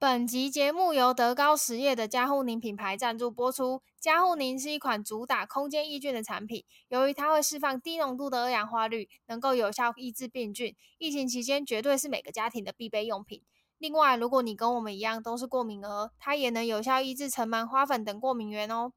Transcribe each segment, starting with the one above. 本集节目由德高实业的加护宁品牌赞助播出。加护宁是一款主打空间抑菌的产品，由于它会释放低浓度的二氧化氯，能够有效抑制病菌，疫情期间绝对是每个家庭的必备用品。另外，如果你跟我们一样都是过敏儿，它也能有效抑制尘螨、花粉等过敏源哦。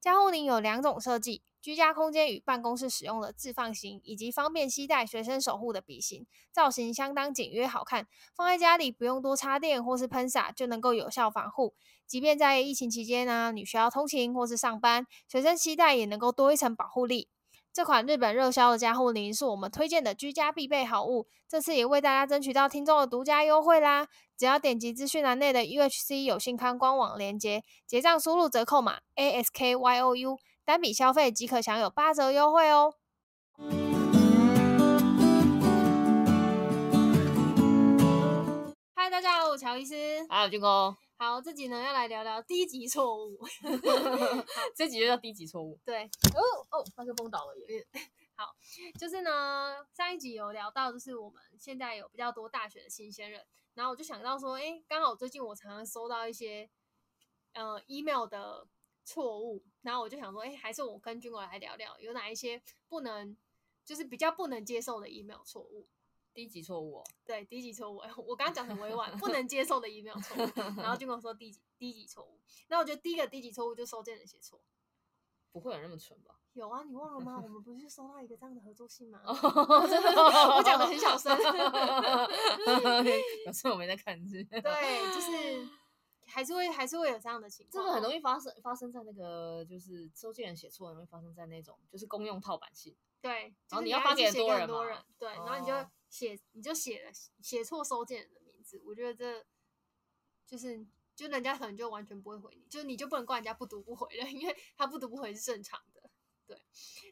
加护宁有两种设计，居家空间与办公室使用的置放型，以及方便携带、随身守护的笔型，造型相当简约好看，放在家里不用多插电或是喷洒，就能够有效防护。即便在疫情期间呢、你需要通勤或是上班，随身携带也能够多一层保护力。这款日本热销的加护林是我们推荐的居家必备好物，这次也为大家争取到听众的独家优惠啦！只要点击资讯栏内的 UHC 有信康官网链接，结账输入折扣码 ASKYOU，单笔消费即可享有八折优惠哦。嗨，大家好，我乔医师。还有军工，好，这集呢要来聊聊低级错误。 这集就叫低级错误。对，哦哦，麦克风倒了，有点 好。就是呢，上一集有聊到，就是我们现在有比较多大学的新鲜人，然后我就想到说，诶，刚好最近我常常收到一些呃 email 的错误，然后我就想说，诶，还是我跟军哥来聊聊，有哪一些不能，就是比较不能接受的 email 错误。低级错误、哦，对，低级错误。 哎我刚刚讲很委婉，不能接受的 email 错误，然后军哥说低级低级错误。那我觉得第一个低级错误就是收件人写错。不会有人那么蠢吧？有啊，你忘了吗？我们不是收到一个这样的合作信吗？ 哦真的我讲的很小声 有时候我没在看字。 对，就是还是会还是会有这样的情这况，个很容易发生，发生在那个就是收件人写错，容易发生在那种就是公用套版信。对，就是然后哦你你要发一直给很写多给很人多嘛人，对，然后你就哦写你就写了写错收件人的名字，我觉得这就是就人家可能就完全不会回你，就你就不能怪人家不读不回了，因为他不读不回是正常的。对，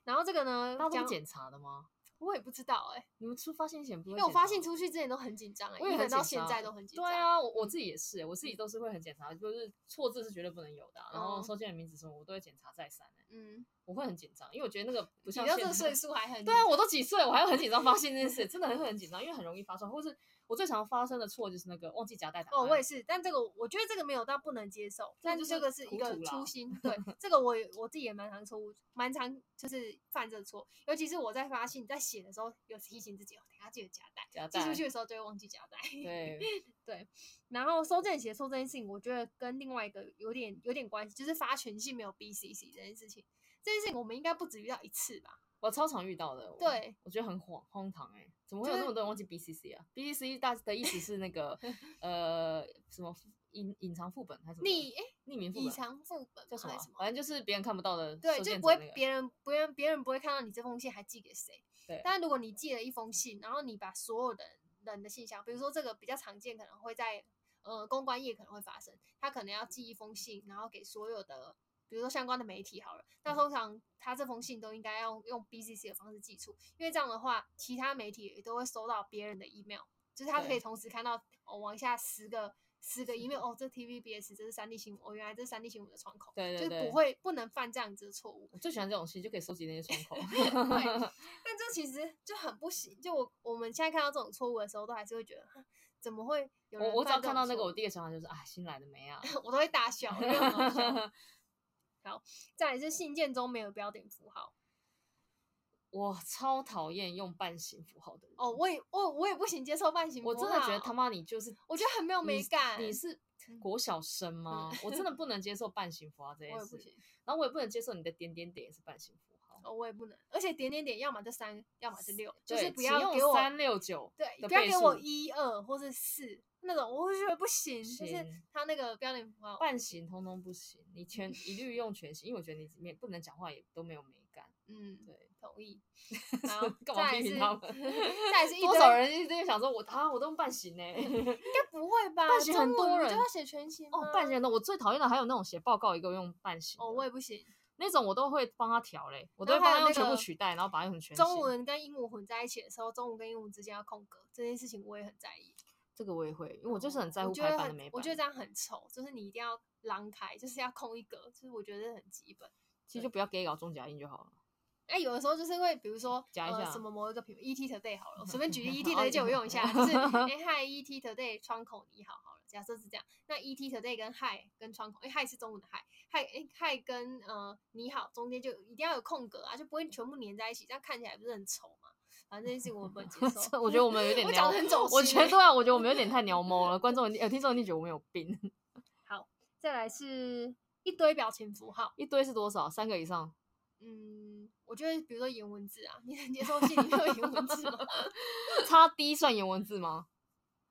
然后这个呢，那都是讲检查的吗？我也不知道哎、你们出发信前不会因为检查吗？我发现出去之前都很紧张哎、我也一直很到紧现张在都很紧张。对，啊，我我自己也是欸，我自己都是会很检查，就是错字是绝对不能有的啊、然后哦收件人名字什么我都会检查再三欸嗯，我会很紧张，因为我觉得那个不你像到这现个在岁数还很对啊，紧我都几岁了，我还要很紧张发现这件事，真的很很紧张，因为很容易发生，或是我最常发生的错就是那个忘记夹带档哦，案。我也是，但这个我我觉得这个没有到不能接受，但就这是个是一糊个涂啦初心。 对，这个我也我自己也蛮常错误，蛮常就是犯这个错，尤其是我在发信在写的时候，有提醒自己，哦，等一下记得夹带，夹寄出带去的时候就会忘记夹带。 对，然后收件写错这件事情，我觉得跟另外一个有点有点关系，就是发群信没有 BCC 这件事情。这件事情我们应该不止遇到一次吧？我超常遇到的。我对，我觉得很荒荒唐哎、怎么会有就那是么多人忘记 BCC 啊？BCC 大的意思是 那个呃什么隐隐藏副本还是什么的？你哎，匿名副以本藏副本叫吗什么还啊是什？么？反正就是别人看不到的对，收就件不者会那个别人不会别人不会看到你这封信还寄给谁。对但如果你寄了一封信，然后你把所有的人的信箱，比如说这个比较常见，可能会在呃公关业可能会发生，他可能要寄一封信，然后给所有的。比如说相关的媒体好了，那嗯通常他这封信都应该要用 BCC 的方式寄出，因为这样的话，其他媒体也都会收到别人的 email，就是他可以对同时看到哦，往下十个十个 email，哦，这 TVBS 这是三 D 新闻，哦，原来这是三 D 新闻的窗口，对就对是不对。会不能犯这样子的错误。 我最喜欢这种戏，就可以收集那些窗口。 对但这其实就很不行。就我我们现在看到这种错误的时候，都还是会觉得，哈怎么会有 我人？我只要看到那个，我，第一个想法就是，哎，新来的没啊？ 我都会大笑，因为很好 笑。再来是信件中没有标点符号。我超讨厌用半形符号的人。哦，我也我我也不行接受半形符我号，真的觉得他妈你就是，我觉得很没有美感你是嗯国小生吗？我真的不能接受半形符号这件我也不事，行，然后我也不能接受你的点点点也是半形符号，哦我也不能，而且点点点，要么就三，要么就六，就对是不请要用给我三六九对，的不要倍给我数一二或是四那种，我会觉得不行，就是行他那个标点符号，半形通通不行，你全一律用全形，因为我觉得你面不能讲话也都没有美感。嗯，对，同 意。然后干再嘛来批是，评他们？ 再来是一多堆嗯少人一直想说我啊，我都用半形呢、应该不会吧？半形中很多文不人就要写全形哦吗，半形的我最讨厌的还有那种写报告一个用半形的，哦，我也不行。那种我都会帮他调嘞，我都然会后还帮有他那用全部个取代，然后把它用全形。中文跟英文混在一起的时候，中文跟英文之间要空格，这件事情我也很在意。这个我也会，因为我就是很在我乎觉排得版很的美版。我觉得这样很丑，就是你一定要啷开，就是要空一格，就是我觉得这很基本。其实就不要给搞中夹印就好了。哎，有的时候就是会，比如说讲一呃下什么某一个品 ET Today 好了，我随便举 例 ET Today 借我用一下，就是哎嗨 ET Today 窗口你好好了，假设是这样，那 ET Today 跟嗨跟窗口，因为嗨是中文的嗨，嗨哎嗨跟呃你好中间就一定要有空格啊，就不会全部粘在一起，这样看起来不是很丑嘛？反正这件事情我不能接 受。我觉得我们有点我讲聊的很走心欸，我觉得对啊，我觉得我们有点太鸟猫了，观众一定呃听众一定觉得我们有病。再来是一堆表情符号。一堆是多少？三个以上？嗯，我觉得比如说颜文字啊，你能接受信里面有颜文字吗？差低算颜文字吗？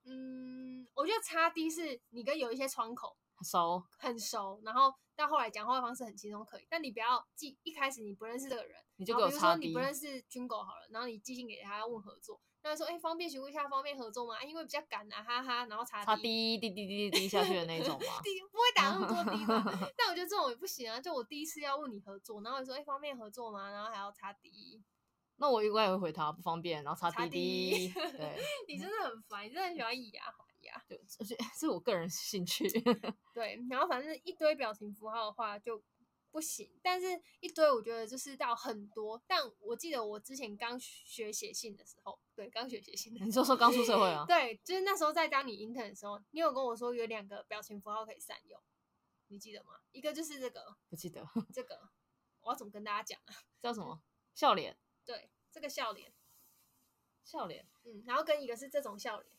嗯，我觉得差 D 是你跟有一些窗口熟很熟，然后到后来讲话方式很轻松可以，但你不要记一开始你不认识这个人，你就然后给我比如差说你低不。认识军狗好了，然后你寄信给他要问合作，那说哎、方便询问一下方便合作吗？啊因为比较赶啊，哈哈，然后差差低。低滴滴滴滴滴下去的那种吗 ？低不会打那么多低 吧？但我觉得这种也不行啊！就我第一次要问你合作，然后你说哎、方便合作吗？然后还要差低， 那我应该也会回他不方便，然后差差滴滴。对，你真的很烦，你真的很喜欢以啊牙还牙。就这是这是我个人兴趣。 对，然后反正一堆表情符号的话就不行，但是一堆我觉得就是到很多。但我记得我之前刚学写信的时候，对，刚学写信的时候，你就说刚出社会啊？对，就是那时候在当你 intern 的时候，你有跟我说有两个表情符号可以善用，你记得吗？一个就是这个，不记得这个我要怎么跟大家讲啊？叫什么？笑脸，对，这个笑脸，笑脸。嗯，然后跟一个是这种笑 脸，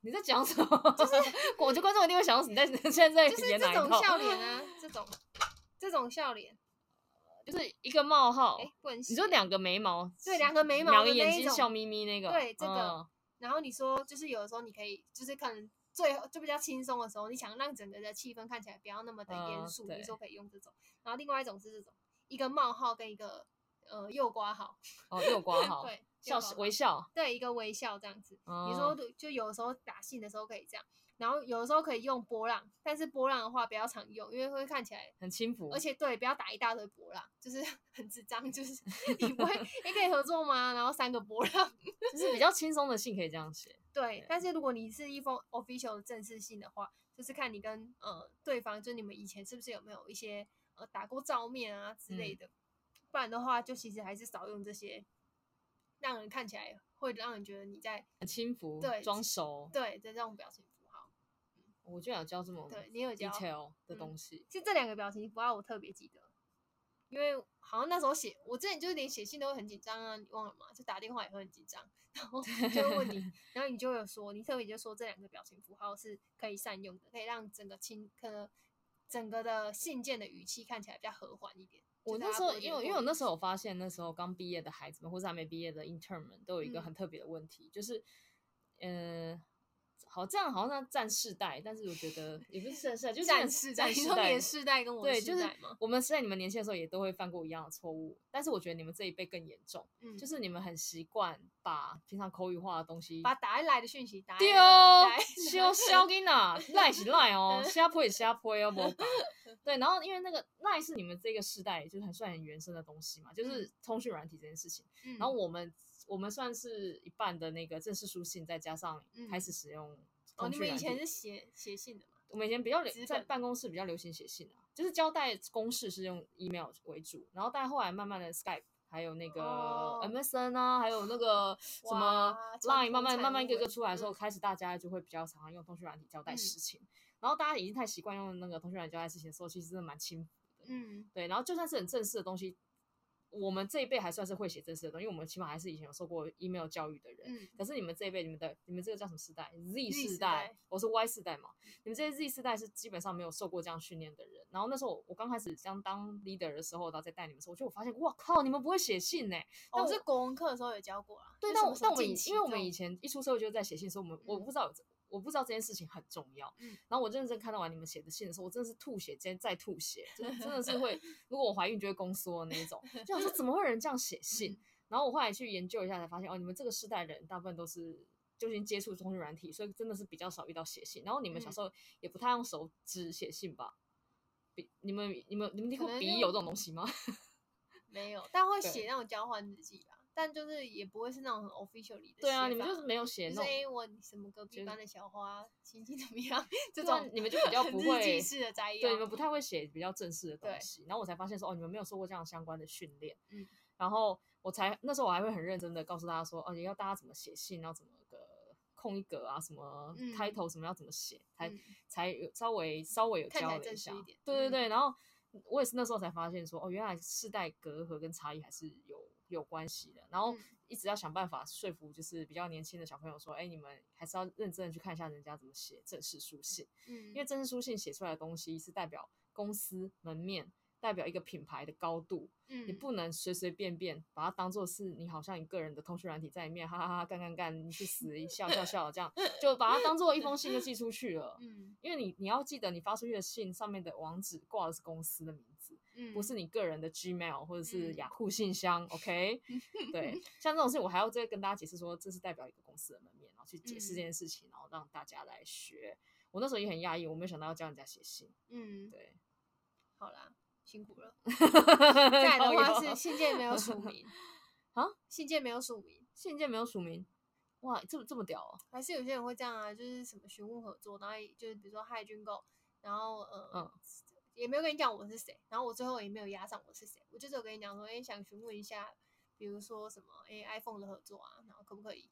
你在讲什么？就是 我觉得观众一定会想到你在 现在就是这在演哪一种套？笑脸 啊，这种这种笑脸，就是一个冒号哎、，不能哦你就写两个眉毛，对两个眉毛两的个眼那一睛种笑眯眯那个。对这个嗯然后你说，就是有的时候你可以，就是可能最后就比较轻松的时候，你想让整个的气氛看起来不要那么的严嗯肃，对你说可以用这种。然后另外一种是这种，一个冒号跟一个呃右挂号，哦，右挂 号，对，笑右挂号微哦笑。嗯对一个微笑这样子。你你说对就有时候打信的时候可以这样，然后有的时候可以用波浪，但是波浪的话不要常用，因为会看起来。很轻浮，而且对，不要打一大堆波浪，就是 很智障，就是 你不会，你可以合作吗？然后三个波浪，就是比较轻松的信可以这样写。对对，但是如果你是一封 official 的正式信的话，就是看你跟呃对方，就是你们以前是不是有没有一些呃打过照面啊之类嗯的，不然的话，就其实还是少用这些，让人看起来会让人觉得你在很轻浮，对装熟。对的这种表情符号。我居然有教这么对你有教 detail 的嗯东西，其实这两个表情符号我特别记得，因为好像那时候写，我之前就是连写信都会很紧张啊，你忘了吗？就打电话也会很紧张，然后就会问 你，然后你就会有说，你特别就说这两个表情符号是可以善用的，可以让整个亲，可能整个的信件的语气看起来比较和缓一点。就我大那家时不候会因觉得为因为我过那于时候我发现那时候刚毕业的孩子们或者还没毕业的 intern 们都有一个嗯很特别的问题，就是嗯。呃好，这样好像在占世代，但是我觉得也不是占世代，就是战士代，占你世说你代的，世代跟我的对，世就是代吗？我们是在你们年轻的时候也都会犯过一样的错误，但是我觉得你们这一辈更严重，嗯，就是是你们很习惯把平常口语化的东西把打来的讯息打进对哦来， 小小囡仔，赖是赖哦，瞎配是瞎配哦，无讲。对，然后因为那个赖是你们这个世代就是很算很原生的东西嘛，就是通讯软体这件事情。嗯然后我们我们算是一半的那个正式书信，再加上嗯开始使用哦，通你讯们以软体。前是写写信的嘛？我们以前比较流纸在本办公室比较流行写信啊，就是交代公事是用 email 为主，然后但后来慢慢的 Skype。还有那个哦 MSN 啊还有那个什么哇传 Line，统慢慢产慢慢一个一物个欸出来的时候，嗯开始大家就会比较常常用通讯软体交代嗯事情，然后大家已经太习惯用那个通讯软体交代事情的时候，其实真的蛮轻浮的。嗯对，然后就算是很正式的东西，我们这一辈还算是会写正式的东西，因为我们起码还是以前有受过 email 教育的人。嗯，可是你们这一辈，你们的你们这个叫什么世代？Z 世世代我是 Y 世代嘛。你们这些 Z 世代是基本上没有受过这样训练的人。然后那时候我我刚开始这样当 leader 的时候，然后再带你们的时候，我就我发现，哇靠，你们不会写信呢、哦但我是我国文课的时候有教过啊。对，就什但我么时但候我们近以期因为我这们种以前一出社会就在写信，所以我们我嗯不知道有这我不知道这件事情很重要。嗯然后我认真看到完你们写的信的时候，我真的是吐血，今天再吐血，就是真的 是会，如果我怀孕就会宫缩的那一种。就想说怎么会有人这样写信？嗯然后我后来去研究一下，才发现哦，你们这个世代人大部分都是。就已经接触通讯软体，所以真的是比较少遇到写信。然后你们小嗯时候也不太用手指写信吧？笔，你们、你们、你们听可过能笔用友这种东西吗？没有，但会对写那种交换日记吧，啊但就是也不会是那种很 officially 的 对写啊，你们法就是没有写就那是哎、种，诶我什么隔就壁是班的小花心情怎么 样？这对啊种你们就比较很不日记会式的摘要，对，你们不太会写比较正式的对东西。然后我才发现说，哦，你们没有受过这样相关的训练。嗯，然后我才那时候我还会很认真的告诉大家说，哦，你要大家怎么写信，然后怎么个空一格啊，什么嗯开头什么要怎么写，才、嗯才有稍微稍微有看起来教了正一式下一点。对对嗯对，然后我也是那时候才发现说，哦，原来世代隔阂跟差异还是有有关系的。然后嗯一直要想办法说服，就是比较年轻的小朋友说，哎，你们还是要认真的去看一下人家怎么写正式书信。嗯，因为正式书信写出来的东西是代表公司门面，代表一个品牌的高度，嗯你不能随随便便把它当做是你好像你个人的通讯软体在里面，哈哈哈干干干，你去死，一笑笑笑，这样就把它当做一封信就寄出去了。嗯因为你你要记得，你发出去的信上面的网址挂的是公司的名字，嗯不是你个人的 Gmail 或者是嗯雅虎信 箱。OK，对，像这种事我还要再跟大家解释说，这是代表一个公司的门面，然后去解释这嗯件事情，然后让大家来学。我那时候也很讶异，我没有想到要教人家写信。嗯，对，好啦，辛苦了。 再再来的话是信件没有 署名哦啊，信件没有署名，信件没有署名，哇，这么这么屌哦！还是有些人会这样啊，就是什么询问合作，然后也就是比如说嗨军购，然后呃。嗯也没有跟你讲我是谁，然后我最后也没有压上我是谁，我就只有跟你讲说，哎、想询问一下，比如说什么，哎、i p h o n e 的合作啊，然后可不可以，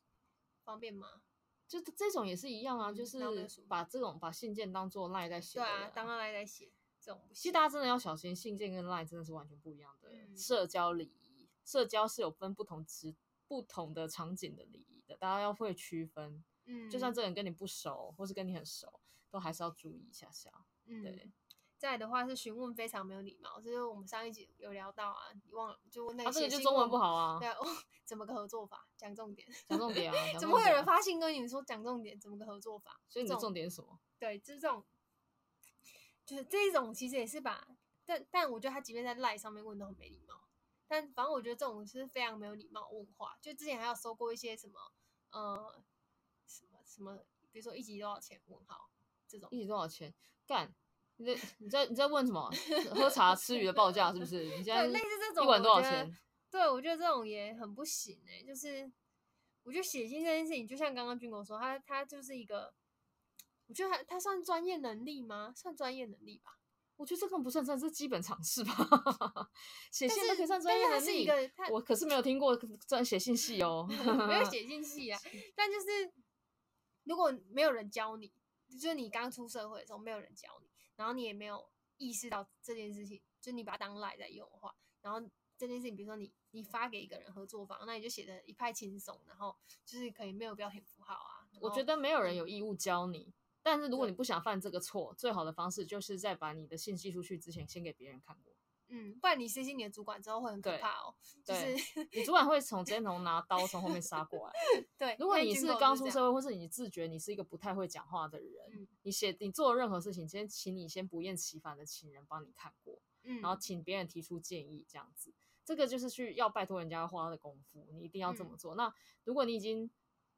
方便吗？就这这种也是一样啊，嗯就然后没有是署名把这种把信件当做赖在写对的啊人，当然来来写这种不其实行，大家真的要小心，信件跟 LINE 真的是完全不一样的嗯社交礼仪。社交是有分不同职、不同的场景的礼仪的，大家要会区分。嗯，就算这个人跟你不熟，或是跟你很熟，都还是要注意一下下。嗯，对，再来的话是询问非常没有礼貌，这就是我们上一集有聊到啊，你忘了就那啊，这写个就信中文问不好啊对，啊， 哦，怎么个合作法？讲重点，讲 重点啊。讲怎么会重有点人啊？发信跟你说讲重点？怎么个合作法？所以你的这种重点是什么？对，就是这种，就是这种其实也是把，但但我觉得他即便在赖上面问都很没礼貌，但反正我觉得这种是非常没有礼貌问话。就之前还有收过一些什么呃什么什么，比如说一集多少钱问号这种，一集多少钱？干，你在你在你在问什么？喝茶吃鱼的报价是不是？你现在对，类似这种一碗我多少觉得钱？对，我觉得这种也很不行哎、就是我觉得写信这件事情，就像刚刚军狗说，他他就是一个，我觉得他他算专业能力吗？算专业能力吧，我觉得这根本不算专业，这是基本常识吧。 写信都可以算专业但能是力。但是他是一个他我可是没有听过专写信系哦。 没 有写进去啊。但就是如果没有人教你，就是你刚出社会的时候没有人教你，然后你也没有意识到这件事情，就你把它当赖在用的话，然后这件事情，比如说你你发给一个人合作方，那你就写的一派轻松，然后就是可以没有标点符号啊。然我后觉得没有人有义务教你，但是如果对你不想犯这个错，最好的方式就是在把你的信寄出去之前，先给别人看过。嗯，不然你私信你的主管之后会很可对怕哦。就对是 你主管会从直接从拿刀从后面杀过来。对，如果因为你军是狗就刚这出样社会，或是你自觉你是一个不太会讲话的人，嗯你写你做任何事情，先请你先不厌其烦的请人帮你看过，嗯，然后请别人提出建议，这样子，这个就是去要拜托人家花的功夫，你一定要这嗯么做。那如果你已经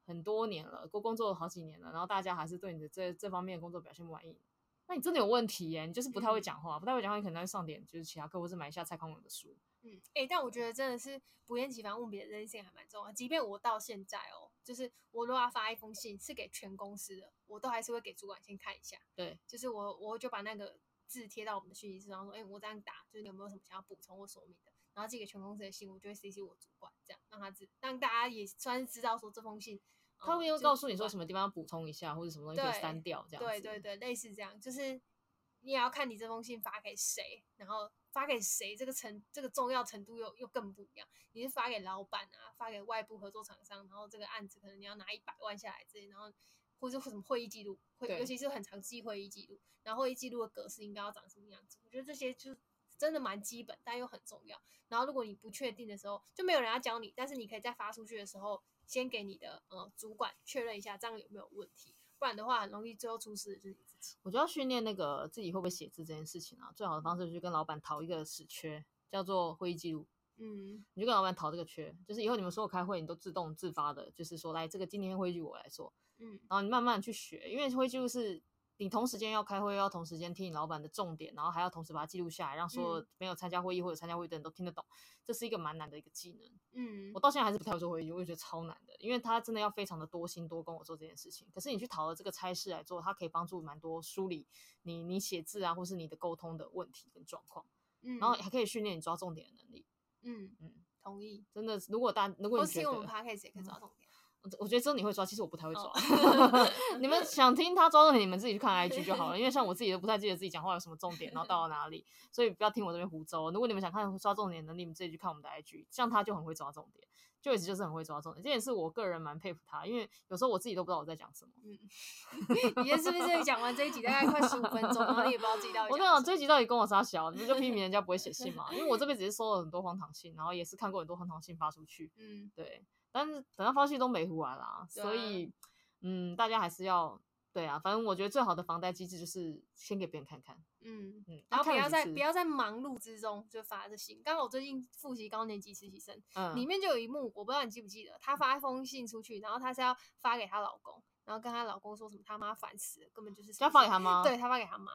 很多年了，工工作了好几年了，然后大家还是对你的这这方面的工作表现不满意，那你真的有问题耶！你就是不太会嗯讲话，不太会讲话，你可能会上点就是其他课，或是买一下蔡康永的书。嗯，哎、但我觉得真的是不厌其烦问别人这件事情还蛮重要的。即便我到现在哦，就是我如果要发一封信是给全公司的，我都还是会给主管先看一下。对，就是我我就把那个字贴到我们的讯息室，然后说，哎、我这样打，就是你有没有什么想要补充或说明的？然后寄给全公司的信，我就会 CC 我主管，这样让他知，让大家也算是知道说这封信。呃他会就又是告主诉你说管什么地方要补充一下，或者什么东西可以删对掉，这样对子。对对，类似这样，就是你也要看你这封信发给谁，然后发给谁，这个程这个重要程度又又更不一样。你是发给老板啊，发给外部合作厂商，然后这个案子可能你要拿一百万下来之类，然后或者什么会议记录，会尤对其是很长期会议记录，然后会议记录的格式应该要长什么样子？我觉得这些就是真的蛮基本，但又很重要。然后如果你不确定的时候，就没有人要教你，但是你可以在发出去的时候，先给你的呃主管确认一下，这样有没有问题，不然的话很容易最后出事的就是你自己。我就要训练那个自己会不会写字这件事情啊。最好的方式就是跟老板讨一个死缺，叫做会议记录。嗯你就跟老板讨这个缺，就是以后你们所有开会，你都自动自发的，就是说来这个今天会议记录我来做，嗯然后你慢慢去学，因为会议记录是你同时间要开会，又要同时间听你老板的重点，然后还要同时把它记录下来，让所有没有参加会议或者参加会议的人都听得懂，这是一个蛮难的一个技能。嗯我到现在还是不太会做会议，我也觉得超难的，因为他真的要非常的多心多跟我做这件事情。可是你去讨了这个差事来做，它可以帮助蛮多梳理你你写字啊，或是你的沟通的问题跟状况，嗯，然后还可以训练你抓重点的能力。嗯嗯嗯，同意。真的，如果大如果或你是觉听得嗯我们 podcast 也可以找重点。我我觉得只有你会抓，其实我不太会抓。哦 你们想听他抓重点，你们自己去看 IG 就好了。因为像我自己都不太记得自己讲话有什么重点，然后到了哪里，所以不要听我这边胡诌。哦如果你们想看抓重点的，你们自己去看我们的 IG。像他就很会抓重点，就一直就是很会抓重点，这也是我个人蛮佩服他，因为有时候我自己都不知道我在讲什么。你今天是不是讲完这一集大概快十五分钟，然后你也不知道自己到底我跟讲了你讲，什这么一集到底跟我啥小？你们就批评人家不会写信嘛？因为我这辈子也是收了很多荒唐信，然后也是看过很多荒唐信发出去。嗯对，但是等到发现都没回来啦，对所啊以嗯，大家还是要对啊，反正我觉得最好的防呆机制就是先给别人看看，嗯，嗯，然啊后不看了要几在次不要在忙碌之中就发这信。刚好我最近复习高年级实习生，嗯里面就有一幕，我不知道你记不记得，她发一封信出去，然后她是要发给她老公，然后跟她老公说什么他妈烦死了，根本就是要发给他吗？对，她发给她妈，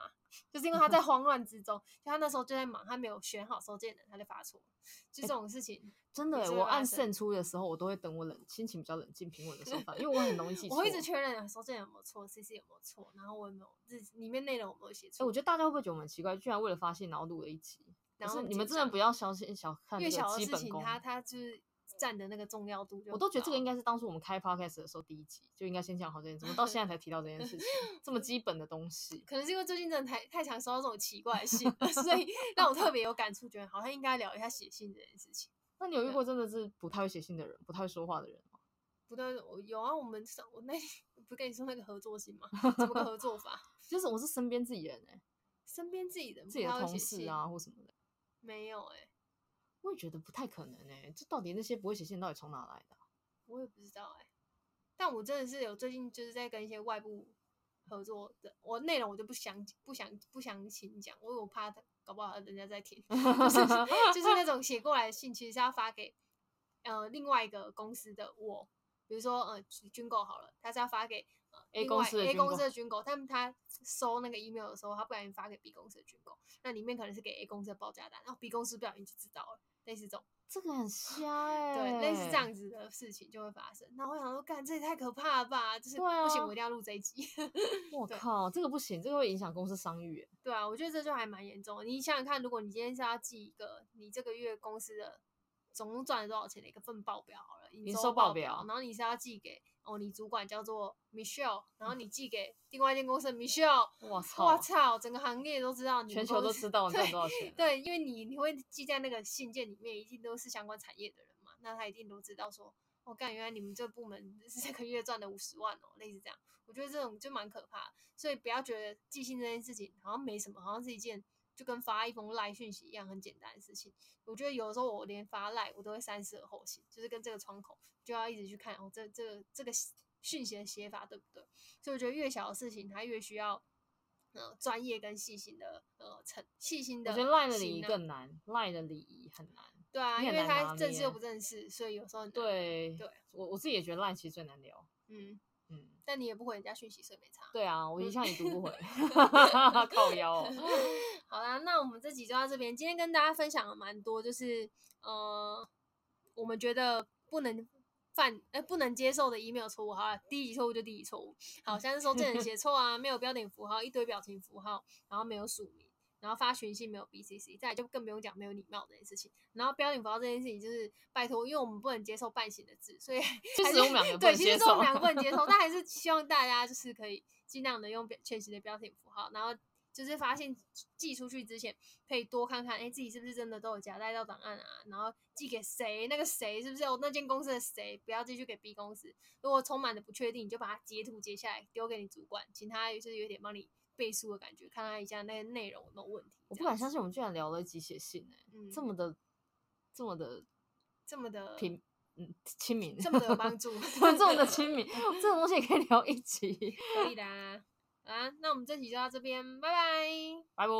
就是因为她在慌乱之中，就她那时候就在忙，她没有选好收件人，她就发错了，哎就这种事情，真的你欸，是会我发按生胜出的时候，我都会等我冷心情比较冷静平稳的时候 发，因为我很容易记我错。会一直确认啊收件人有没有错，CC 有没有错，然后我有没有日里面内容有没有写哎、错，我觉得大家会不会觉得我们很奇怪，居然为了发现然后录了一集？可然后是很你们紧真的张不要小心小看越这个小的基事本情功。她她就是占的那个重要度就很高，我都觉得这个应该是当初我们开 podcast 的时候第一集就应该先讲好这件事，怎么到现在才提到这件 事情？这么基本的东西，可能是因为最近真的太太常收到这种奇怪的信了， 所 以让我特别有感触，觉得好像应该聊一下写信这件事情。那你有遇过真的是不太会写信的人，不太会说话的人吗？不对，我有啊，我们上我那不是跟你说那个合作信吗？怎么个合作法？ 就是我是身边自己人哎、身边自己人，自己的同事信啊，或什么的，没有哎、我也觉得不太可能哎、这到底那些不会写信到底从哪来的啊、我也不知道哎、但我真的是有最近就是在跟一些外部合作的，我内容我就不详不详不详情讲，因为我怕他搞不好人家在 听，就是就是那种写过来的信，其实是要发给呃另外一个公司的我，比如说呃军军购好了，他是要发给。呃 A 另公外司的 A 军公购司的军购，但他收那个 email 的时候，他不小心发给 B 公司的军购，那里面可能是给 A 公司的报价单，然后 B 公司不小心就知道了，类似这种。这个很瞎 哎、对，类似这。样子的事情就会发生。那我想说，干这也太可怕了吧！就是对啊不行，我一定要录这一集。 我对靠，这个不行，这个会影响公司商誉、欸。对啊，我觉得这就还蛮严重的。你想想看，如果你今天是要记一个你这个月公司的总共赚了多少钱的一个份报表好了，营营收收报报表然后你是要寄给哦你主管叫做 Michelle，然后你寄给另外一间公司的 Michelle，我嗯操，我操，整个行业都知道你们全公司，球都知道你赚对多少钱。，对，因为你你会记在那个信件里面，一定都是相关产业的人嘛，那他一定都知道说，我、哦、干，原来你们这部门 是这个月赚了五十万哦，类似这样。我觉得这种就蛮可怕的，所以不要觉得寄信这件事情好像没什么，好像是一件就跟发一封赖讯息一样很简单的事情。我觉得有的时候我连发赖我都会三思而后行，就是跟这个窗口就要一直去看哦，这这个这个讯息的写法对不对？所以我觉得越小的事情，它越需要呃专业跟细心的呃成细心的我行啊。觉得赖的礼仪更难，赖的礼仪很难。对啊，你因很为难拿它正捏式又不正式，所以有时候很难对，对，我我自己也觉得赖其实最难聊。嗯，嗯，但你也不回人家讯息，所以没差。对啊，我一嗯向已读 不回， 靠腰哦、好啦，那我们这集就到这边。今天跟大家分享了蛮多，就是呃，我们觉得不能犯呃不能接受的 email 错误。好了，第一级错误就第一级错误，好像是收件人写错啊，没有标点符号，一堆表情符号，然后没有署名。然后发群信没有 BCC，再来就更不用讲没有礼貌这件事情。然后标点符号这件事情就是拜托，因为我们不能接受半形的字，所以其还实是我们两个不对，能其接实受。我们两个不能接受，但还 是希望大家就是可以尽量的用标全息的标点符号，然后就是发现寄出去之前可以多看看，哎，自己是不是真的都有夹带到档案啊？然后寄给谁？那个谁是不是哦有那间公司的谁？不要继续给 B 公司。如果充满了不确定，你就把它截图截下来丢给你主管，请他就是有点帮你背书的感觉，看他一下那个内容有没有问题。我这不样敢相子，信我们居然聊了一集写信哎、嗯，这么的，这么的这么的平，嗯，亲民，，这么的有帮助 这么的亲民，这种东西也可以聊一集，可以的啊。啊，那我们这集就到这边，拜拜。拜拜。